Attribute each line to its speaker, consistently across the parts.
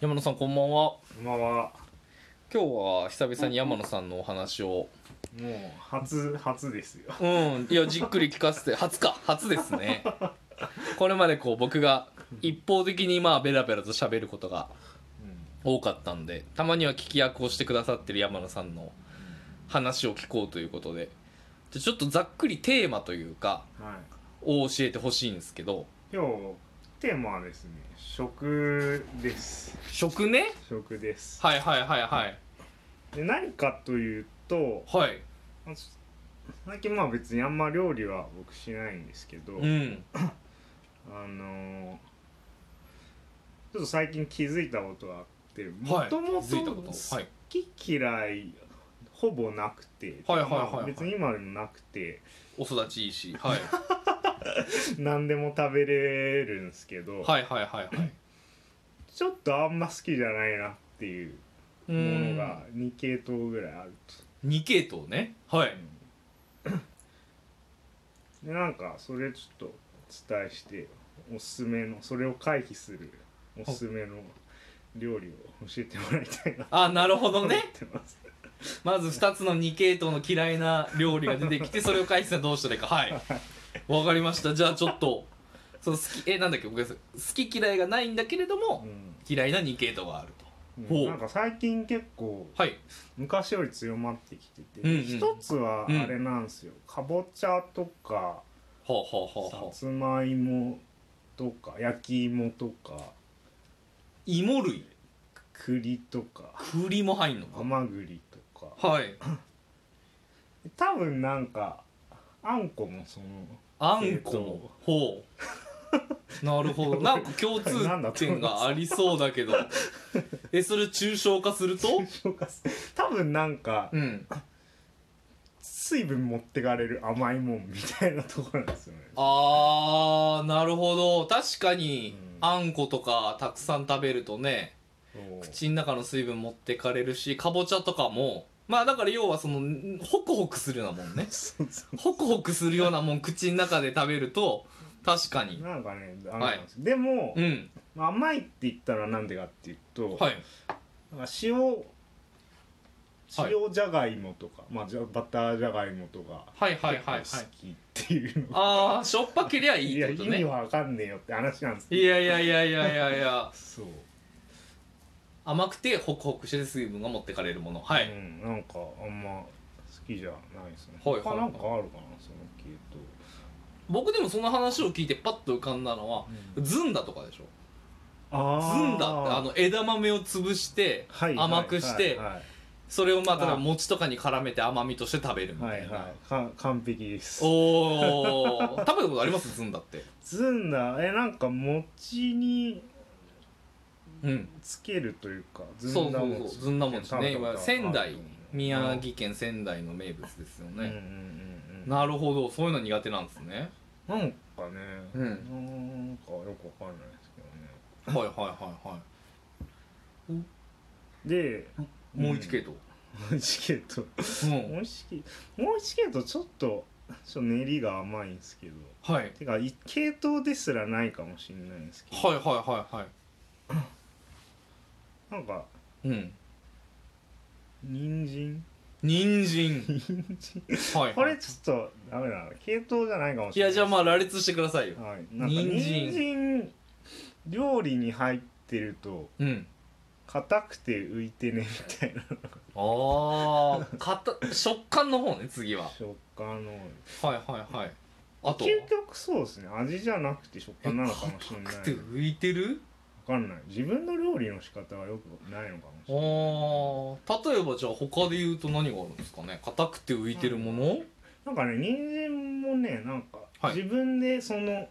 Speaker 1: 山野さんこんばんは
Speaker 2: こんばんは。
Speaker 1: 今日は久々に山野さんのお話を
Speaker 2: もう初初ですよ。
Speaker 1: うんいやじっくり聞かせて初か初ですねこれまでこう僕が一方的にまあベラベラと喋ることが多かったんでたまには聞き役をしてくださってる山野さんの話を聞こうということでじゃあちょっとざっくりテーマというか
Speaker 2: はい。
Speaker 1: を教えてほしいんですけど
Speaker 2: 今日テーマはですね、食です。
Speaker 1: 食ね
Speaker 2: 食です。
Speaker 1: はいはいはいはい
Speaker 2: で何かというと、
Speaker 1: はい
Speaker 2: まあちょ最近まあ別にあんま料理は僕しないんですけど、
Speaker 1: うん
Speaker 2: あのーちょっと最近気づいたことがあって、も
Speaker 1: はい
Speaker 2: とも
Speaker 1: 気づいた
Speaker 2: と
Speaker 1: こ
Speaker 2: 好
Speaker 1: とはい
Speaker 2: き嫌いほぼなくて、
Speaker 1: はいはいはいはい
Speaker 2: まあ別に今でもなくて、
Speaker 1: お育ちいいし、はい、
Speaker 2: 何でも食べれるんですけど、
Speaker 1: はいはいはいはい
Speaker 2: ちょっとあんま好きじゃないなっていう
Speaker 1: う
Speaker 2: も
Speaker 1: ん
Speaker 2: のが2系統ぐらいある
Speaker 1: 2系統ねはい
Speaker 2: とでなんかそれちょっとお伝えしておすすめのそれを回避するおすすめの料理を教えてもらいたいなと
Speaker 1: あなるほど
Speaker 2: 思っ
Speaker 1: ね
Speaker 2: てます、
Speaker 1: まず2つの2系統の嫌いな料理が出てきてそれを返すのはどうしたらいいかはいわかりましたじゃあちょっとその好きえなんだっけごめんなさい好き嫌いがないんだけれども嫌いな2系統があると
Speaker 2: うん
Speaker 1: ほう
Speaker 2: なんか最近結構
Speaker 1: はい
Speaker 2: 昔より強まってきてて、
Speaker 1: うんうん
Speaker 2: 一つはあれなんですよ、かぼちゃとか
Speaker 1: ほうほうほう
Speaker 2: さ
Speaker 1: ほう
Speaker 2: つまいもとか焼き芋とか
Speaker 1: 芋類
Speaker 2: 栗とか
Speaker 1: 栗も入んのか
Speaker 2: 甘栗とか
Speaker 1: はい
Speaker 2: 多分なんかあんこもその
Speaker 1: あんこもほうなるほどなんか共通点がありそうだけどえそれ抽象化すると
Speaker 2: 消化す多分なんか
Speaker 1: うん
Speaker 2: 水分持ってかれる甘いもんみたいなところなんですよね
Speaker 1: あーなるほど確かに、
Speaker 2: うん
Speaker 1: あんことかたくさん食べるとね
Speaker 2: そう
Speaker 1: 口の中の水分持ってかれるしかぼちゃとかもまあだから要はそのんホクホクするようなも んね
Speaker 2: そうそう
Speaker 1: ホクホクするようなもん口の中で食べると確かに
Speaker 2: なんかねあれなんですよでも
Speaker 1: う、ん
Speaker 2: まあ甘いって言ったらなんでかっていうと、
Speaker 1: はい
Speaker 2: なんか塩塩じゃがいもとか、まあ、じゃバターじゃがいもとか
Speaker 1: はいはいはいはい
Speaker 2: 結構好きっていうのが、
Speaker 1: あーしょっぱけりゃい
Speaker 2: い
Speaker 1: いっ
Speaker 2: や
Speaker 1: て
Speaker 2: 意
Speaker 1: ことね
Speaker 2: 味わかんねえよって話なんですけど
Speaker 1: いやいやいやいやいやいや
Speaker 2: そう、
Speaker 1: 甘くてホクホクして水分が持ってかれるものは
Speaker 2: う
Speaker 1: い、
Speaker 2: ん、なんかあんま好きじゃないですね、
Speaker 1: はい
Speaker 2: 他
Speaker 1: はい
Speaker 2: なんかあるかなその系統
Speaker 1: 僕でもその話を聞いてパッと浮かんだのはずんだとかでしょ
Speaker 2: あ
Speaker 1: ずんだってあの枝豆を潰して甘くしてそれをまあ例えば
Speaker 2: あ
Speaker 1: 餅とかに絡めて甘みとして食べるみ
Speaker 2: は
Speaker 1: た
Speaker 2: い
Speaker 1: い
Speaker 2: は
Speaker 1: ない
Speaker 2: か完璧です
Speaker 1: お ー食べたことありますずんだって
Speaker 2: ずんだえなんか餅に
Speaker 1: うん
Speaker 2: つけるというかず
Speaker 1: そ
Speaker 2: ん
Speaker 1: う
Speaker 2: だ
Speaker 1: そう
Speaker 2: 餅
Speaker 1: そうずんだ餅ね今仙台宮城県仙台の名物ですよ
Speaker 2: ね、うんうん
Speaker 1: ね
Speaker 2: うん
Speaker 1: なるほどそういうの苦手なんですね
Speaker 2: うん、なんかね、
Speaker 1: うん
Speaker 2: なんかよくわかんないですけどね
Speaker 1: はいはいはいは
Speaker 2: で
Speaker 1: いもう一系統
Speaker 2: もう一系統
Speaker 1: うん
Speaker 2: もう一系もう一系統ちょっとちょっと練りが甘いんですけど
Speaker 1: はい
Speaker 2: てか一系統ですらないかもしれないんですけど、
Speaker 1: はいはいはいは
Speaker 2: なんか
Speaker 1: いうん
Speaker 2: 人参
Speaker 1: 人参
Speaker 2: 人参
Speaker 1: はい、
Speaker 2: こ
Speaker 1: は
Speaker 2: れ
Speaker 1: い、
Speaker 2: ちょっとダメだな系統じゃないかもし
Speaker 1: い
Speaker 2: れない
Speaker 1: やじゃあまあ羅列してくださいよ
Speaker 2: あはいなんか
Speaker 1: 人
Speaker 2: 人
Speaker 1: 参
Speaker 2: 参料理に入ってると
Speaker 1: うん
Speaker 2: 硬くて浮いてねみたいな
Speaker 1: ああかた食感の方ね次は
Speaker 2: 食感の
Speaker 1: はいはいはいあとは
Speaker 2: 究極そうですね味じゃなくて食
Speaker 1: え
Speaker 2: 感なのかもしれない
Speaker 1: 硬くて浮いてる
Speaker 2: わかんない自分の料理の仕方はよくないのかもし
Speaker 1: あ
Speaker 2: れない
Speaker 1: ー例えばじゃあ他で言うと何があるんですかね硬くて浮いてるもの、
Speaker 2: なんかね人参もねなんか、
Speaker 1: はい
Speaker 2: 自分でその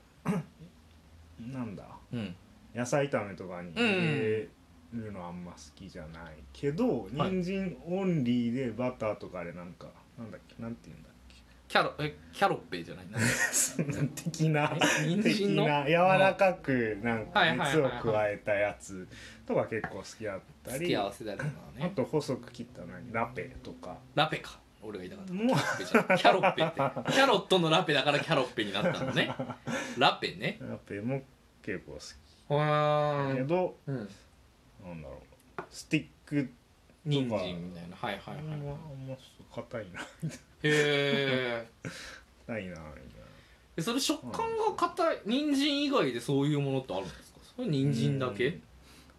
Speaker 2: なんだ
Speaker 1: うん
Speaker 2: 野菜炒めとかに入れるのあんま好きじゃないけど、
Speaker 1: はい
Speaker 2: 人参オンリーでバターとかでなんかなんだっけなんて言うんだっ
Speaker 1: キャロえキャロッペじゃないな
Speaker 2: けそんな的な
Speaker 1: え人
Speaker 2: 的
Speaker 1: 参の
Speaker 2: な柔らかくなん
Speaker 1: は
Speaker 2: か
Speaker 1: いはいはい
Speaker 2: 熱
Speaker 1: は
Speaker 2: を
Speaker 1: い
Speaker 2: 加えたやつとか結構好きだった
Speaker 1: 付
Speaker 2: り
Speaker 1: き合
Speaker 2: あ
Speaker 1: わせだよなね
Speaker 2: と細く切った何ラペとか
Speaker 1: ラペか俺が言いたかった
Speaker 2: もう
Speaker 1: ラペじゃないキャロッペってキャロットのラペだからキャロッペになったのねラペね
Speaker 2: ラペも結構好き
Speaker 1: う
Speaker 2: だけ
Speaker 1: ん
Speaker 2: ど、
Speaker 1: うん
Speaker 2: なんだスティック
Speaker 1: 人参みたいなはいはい
Speaker 2: あ
Speaker 1: はい
Speaker 2: ん
Speaker 1: はい
Speaker 2: まあ
Speaker 1: へ
Speaker 2: んまちょっと硬いな
Speaker 1: え
Speaker 2: 硬いなみたいな
Speaker 1: えそれ食感が硬い人参以外でそういうものってあるんですかそれ人参だけ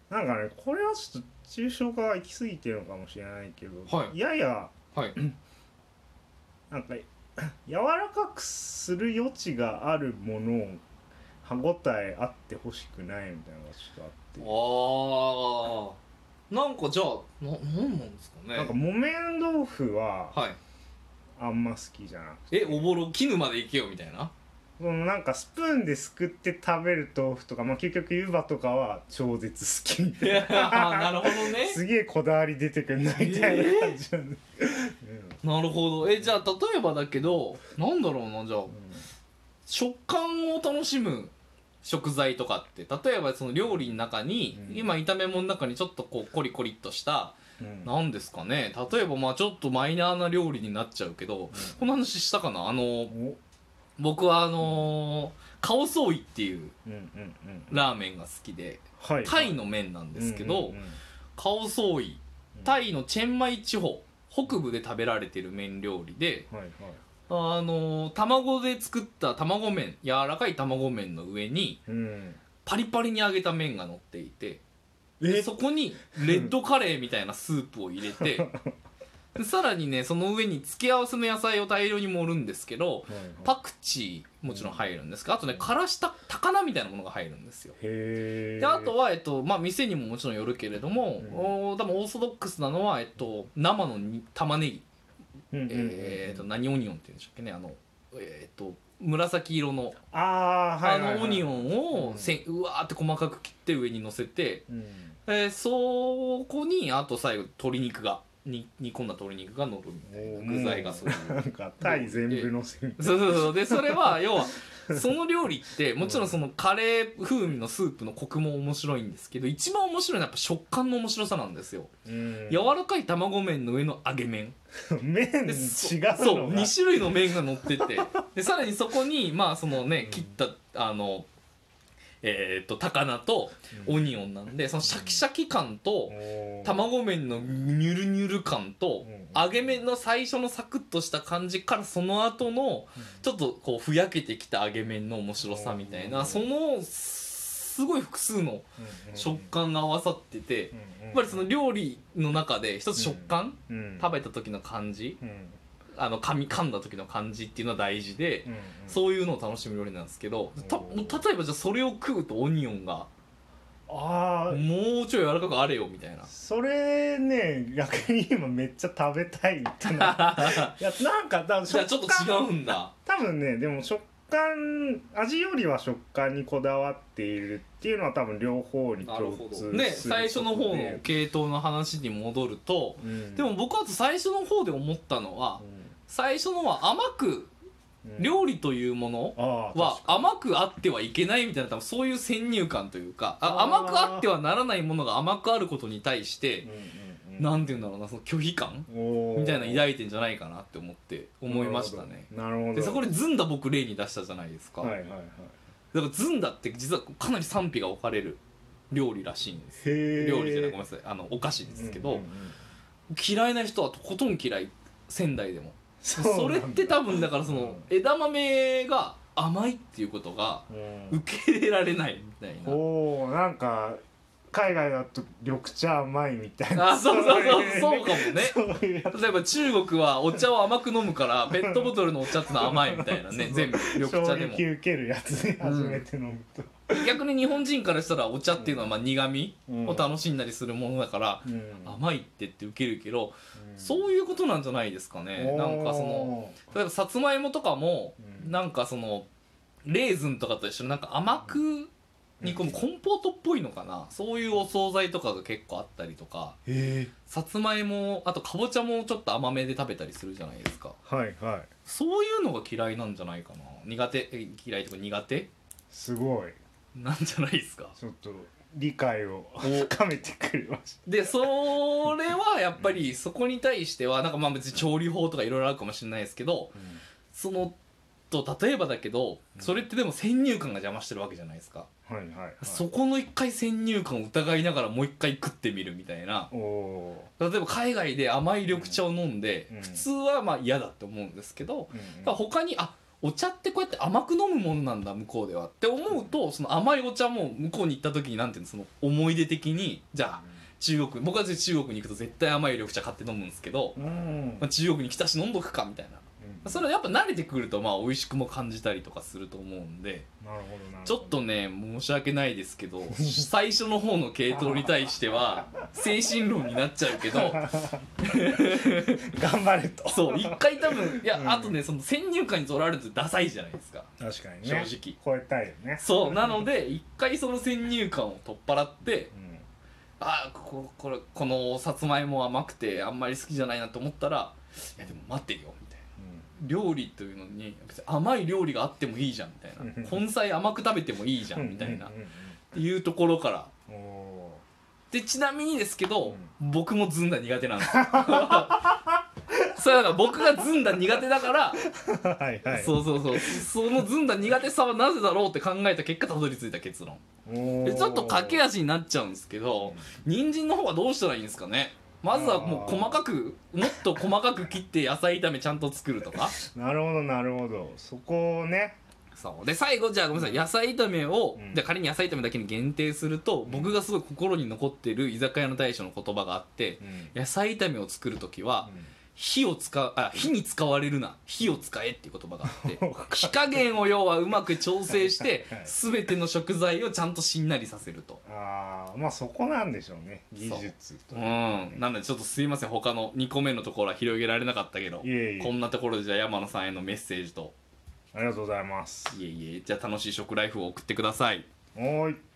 Speaker 2: なんかねこれはちょっと抽象化が行き過ぎてるのかもしれないけど、
Speaker 1: はい
Speaker 2: やや
Speaker 1: はい
Speaker 2: なんか 柔らかくする余地があるものを歯ごたえあってほしくないみたいなのがちょっとあっ
Speaker 1: ああなんかじゃあななんなんですか
Speaker 2: て
Speaker 1: ね
Speaker 2: なんか木綿豆腐は
Speaker 1: はい
Speaker 2: あんま好きじゃなくて
Speaker 1: えおぼろ絹までいけよみたい な
Speaker 2: そのなんかスプーンですくって食べる豆腐とか、まあ、究極湯葉とかは超絶好きみたい
Speaker 1: な
Speaker 2: な
Speaker 1: るほどね
Speaker 2: すげえこだわり出てくんないみたいな感じなんで、
Speaker 1: なるほどえじゃあ例えばだけどなんだろうなじゃあ
Speaker 2: うんうん
Speaker 1: 食感を楽しむ食材とかって例えばその料理の中に、
Speaker 2: うん
Speaker 1: 今炒め物の中にちょっとこうコリコリっとした
Speaker 2: うん
Speaker 1: 何ですかね例えばまあちょっとマイナーな料理になっちゃうけど、この話したかなあの
Speaker 2: お
Speaker 1: 僕はあのーカオソーイっていう
Speaker 2: うんうんうん
Speaker 1: ラーメンが好きで
Speaker 2: はい
Speaker 1: タイの麺なんですけど、
Speaker 2: うんうんうん
Speaker 1: カオソーイタイのチェンマイ地方北部で食べられてる麺料理で
Speaker 2: はいはい
Speaker 1: あのー卵で作った卵麺柔らかい卵麺の上に
Speaker 2: うん
Speaker 1: パリパリに揚げた麺が乗っていてでそこにレッドカレーみたいなスープを入れて でさらにねその上に付け合わせの野菜を大量に盛るんですけど
Speaker 2: はいはい
Speaker 1: パクチーもちろん入るんですけどあとねからした高菜みたいなものが入るんですよ。
Speaker 2: へえ
Speaker 1: であとは、えっとまあ、店にももちろんよるけれども、
Speaker 2: うん
Speaker 1: おー多分オーソドックスなのは、えっと、生のに玉ねぎ、えー、と何オニオンって言うんでしたっけねあの、えー、と紫色の
Speaker 2: ああーは
Speaker 1: あ
Speaker 2: いはいはい
Speaker 1: のオニオン
Speaker 2: う
Speaker 1: を
Speaker 2: ん
Speaker 1: せんうわーって細かく切って上に乗せて、
Speaker 2: うん
Speaker 1: えーそこにあと最後鶏肉がに煮込んだ鶏肉が乗るみたいな
Speaker 2: おー
Speaker 1: 具材がそういう
Speaker 2: なんかタイ全部のせみたい
Speaker 1: そうそうそうでそれ は要はその料理ってもちろんそのカレー風味のスープのコクも面白いんですけど一番面白いのはやっぱ食感の面白さなんですよ、
Speaker 2: うん
Speaker 1: 柔らかい卵麺の上の揚げ麺
Speaker 2: 麺違うのが
Speaker 1: そう2種類の麺が乗っててでさらにそこにまあそのね
Speaker 2: うん
Speaker 1: 切ったあのえっ、と高菜とオニオンなんでそのシャキシャキ感と
Speaker 2: おー
Speaker 1: 卵麺のニュルニュル感と
Speaker 2: うん
Speaker 1: 揚げ麺の最初のサクッとした感じからその後のちょっとこうふやけてきた揚げ麺の面白さみたい
Speaker 2: うん
Speaker 1: なそのすごい複数の
Speaker 2: うんうんうん
Speaker 1: 食感が合わさってて
Speaker 2: うんうん
Speaker 1: やっぱりその料理の中で一つ食感
Speaker 2: うん
Speaker 1: 食べた時の感じ
Speaker 2: うん
Speaker 1: あの噛み噛んだ時の感じっていうのは大事で、
Speaker 2: うんうん
Speaker 1: そういうのを楽しむ料理なんですけどた
Speaker 2: おー
Speaker 1: 例えばじゃあそれを食うとオニオンが
Speaker 2: ああ
Speaker 1: もうちょい柔らかくあれよみた いな
Speaker 2: それね逆に今めっちゃ食べたいみた いないやなんかだ
Speaker 1: じゃあちょっと違
Speaker 2: う
Speaker 1: うんだ
Speaker 2: 多分ねでも食感味よりは食感にこだわっているっていうのは多分両方に
Speaker 1: なるほ
Speaker 2: 共通す
Speaker 1: ど
Speaker 2: る
Speaker 1: ね最初の方の系統の話に戻るとでも僕は最初の方で思ったのは最初のは甘く料理というものは
Speaker 2: は
Speaker 1: 甘くあってはいけないみたいな多分そういう先入観というかあ
Speaker 2: あー
Speaker 1: 甘くあってはならないものが甘くあることに対してなんて言うんだろうなその拒否感みたいなの
Speaker 2: い
Speaker 1: 抱いてんじゃないかなって思って思いましたね。
Speaker 2: なるほど
Speaker 1: でそこでずんだ僕例に出したじゃないですか、
Speaker 2: はいはいはい
Speaker 1: だからずんだって実はかなり賛否が置かれる料理らしいんです
Speaker 2: へえ
Speaker 1: 料理じゃないごめんなさいあのお菓子ですけど、嫌いな人はとことん嫌い仙台でも
Speaker 2: そ
Speaker 1: それって多分だからその枝豆が甘いっていうことが受け入れられないみたいな
Speaker 2: おおなんか海外だと緑茶甘いみたいな
Speaker 1: あそうそうそうそうかもね
Speaker 2: そういうやつ
Speaker 1: 例えば中国はお茶を甘く飲むからペットボトルのお茶ってのは甘いみたいな
Speaker 2: そう
Speaker 1: ね
Speaker 2: そう
Speaker 1: 全部緑茶で
Speaker 2: 衝
Speaker 1: も
Speaker 2: 撃受けるやつで初めて飲むと、
Speaker 1: 逆に日本人からしたらお茶っていうのはまあ苦味
Speaker 2: うん
Speaker 1: を楽しんだりするものだから
Speaker 2: うん
Speaker 1: 甘いってって受けるけど
Speaker 2: うん
Speaker 1: そういうことなんじゃないですかねなんかその例えばさつまいもとかも
Speaker 2: うん
Speaker 1: なんかそのレーズンとかと一緒になんか甘く煮込むコンポートっぽいのかなそういうお惣菜とかが結構あったりとか
Speaker 2: へえ
Speaker 1: さつまいもあとかぼちゃもちょっと甘めで食べたりするじゃないですか
Speaker 2: はいはい
Speaker 1: そういうのが嫌いなんじゃないかな苦手え嫌いとか苦手
Speaker 2: すごい
Speaker 1: なんじゃないですか
Speaker 2: ちょっと理解を深めてくれまし
Speaker 1: でそれはやっぱりそこに対してはなんかまあ別に調理法とかいろいろあるかもしれないですけど
Speaker 2: た、
Speaker 1: そのと例えばだけどそれってでも先入観が邪魔してるわけじゃないですか、
Speaker 2: はいはいはい
Speaker 1: そこの一回先入観を疑いながらもう一回食ってみるみたいな
Speaker 2: おお
Speaker 1: 例えば海外で甘い緑茶を飲んで、
Speaker 2: うん
Speaker 1: 普通はまあ嫌だと思うんですけど、
Speaker 2: ー、うんうん
Speaker 1: まあ他にあお茶ってこうやって甘く飲むものなんだ向こうではって思うとその甘いお茶も向こうに行った時になんていうのその思い出的にじゃあ中国僕は中国に行くと絶対甘い緑茶買って飲むんですけど、
Speaker 2: うんうん
Speaker 1: まあ、中国に来たし飲んどくかみたいな
Speaker 2: うん
Speaker 1: それはやっぱ慣れてくるとまあ美味しくも感じたりとかすると思うんで
Speaker 2: なるほどなるほど
Speaker 1: ちょっとね申し訳ないですけ ど最初の方の系統に対しては精神論になっちゃうけ ど
Speaker 2: 頑張れと
Speaker 1: そう一回多分いや、
Speaker 2: うん
Speaker 1: あとねその先入観にとらわれるとダサいじゃないですか
Speaker 2: 確かにね
Speaker 1: 正直
Speaker 2: 超えたいよね
Speaker 1: そうなので一回その先入観を取っ払って
Speaker 2: うん
Speaker 1: あーこここれこのさつまいも甘くてあんまり好きじゃないなと思ったらいやでも待てよみたいな料理というのに別に甘い料理があってもいいじゃんみたいな根菜甘く食べてもいいじゃ
Speaker 2: うん
Speaker 1: んみたいなっ
Speaker 2: うんうん
Speaker 1: ていうところから
Speaker 2: うんお
Speaker 1: でちなみにですけど、僕もずんだ苦手なんです よそうだから僕がずんだ苦手だから
Speaker 2: ー はいはい
Speaker 1: そうそうそうそのずんだ苦手さはなぜだろうって考えた結果たどり着いた結論
Speaker 2: お
Speaker 1: で
Speaker 2: ー
Speaker 1: ちょっと駆け足になっちゃうんですけど人参の方はどうしたらいいんですかねまずはもう細かくもっと細かく切って野菜炒めちゃんと作るとか
Speaker 2: なるほどなるほどそこをね
Speaker 1: そうで最後じゃあごめんなさい野菜炒めを、
Speaker 2: うん
Speaker 1: じゃあ仮に野菜炒めだけに限定すると、僕がすごい心に残ってる居酒屋の大将の言葉があって
Speaker 2: うん
Speaker 1: 野菜炒めを作る時は、
Speaker 2: うん
Speaker 1: 火を使うあ火に使われるな火を使えっていう言葉があって 火加減を要はうまく調整して
Speaker 2: はいはい
Speaker 1: 全ての食材をちゃんとしんなりさせると。
Speaker 2: ああまあそこなんでしょうね技術と
Speaker 1: うん、なのでちょっとすいません他の2個目のところは広げられなかったけど
Speaker 2: いえいえ
Speaker 1: こんなところでじゃあ山野さんへのメッセージと
Speaker 2: ありがとうございます
Speaker 1: いえいえじゃあ楽しい食ライフを送ってください
Speaker 2: おーい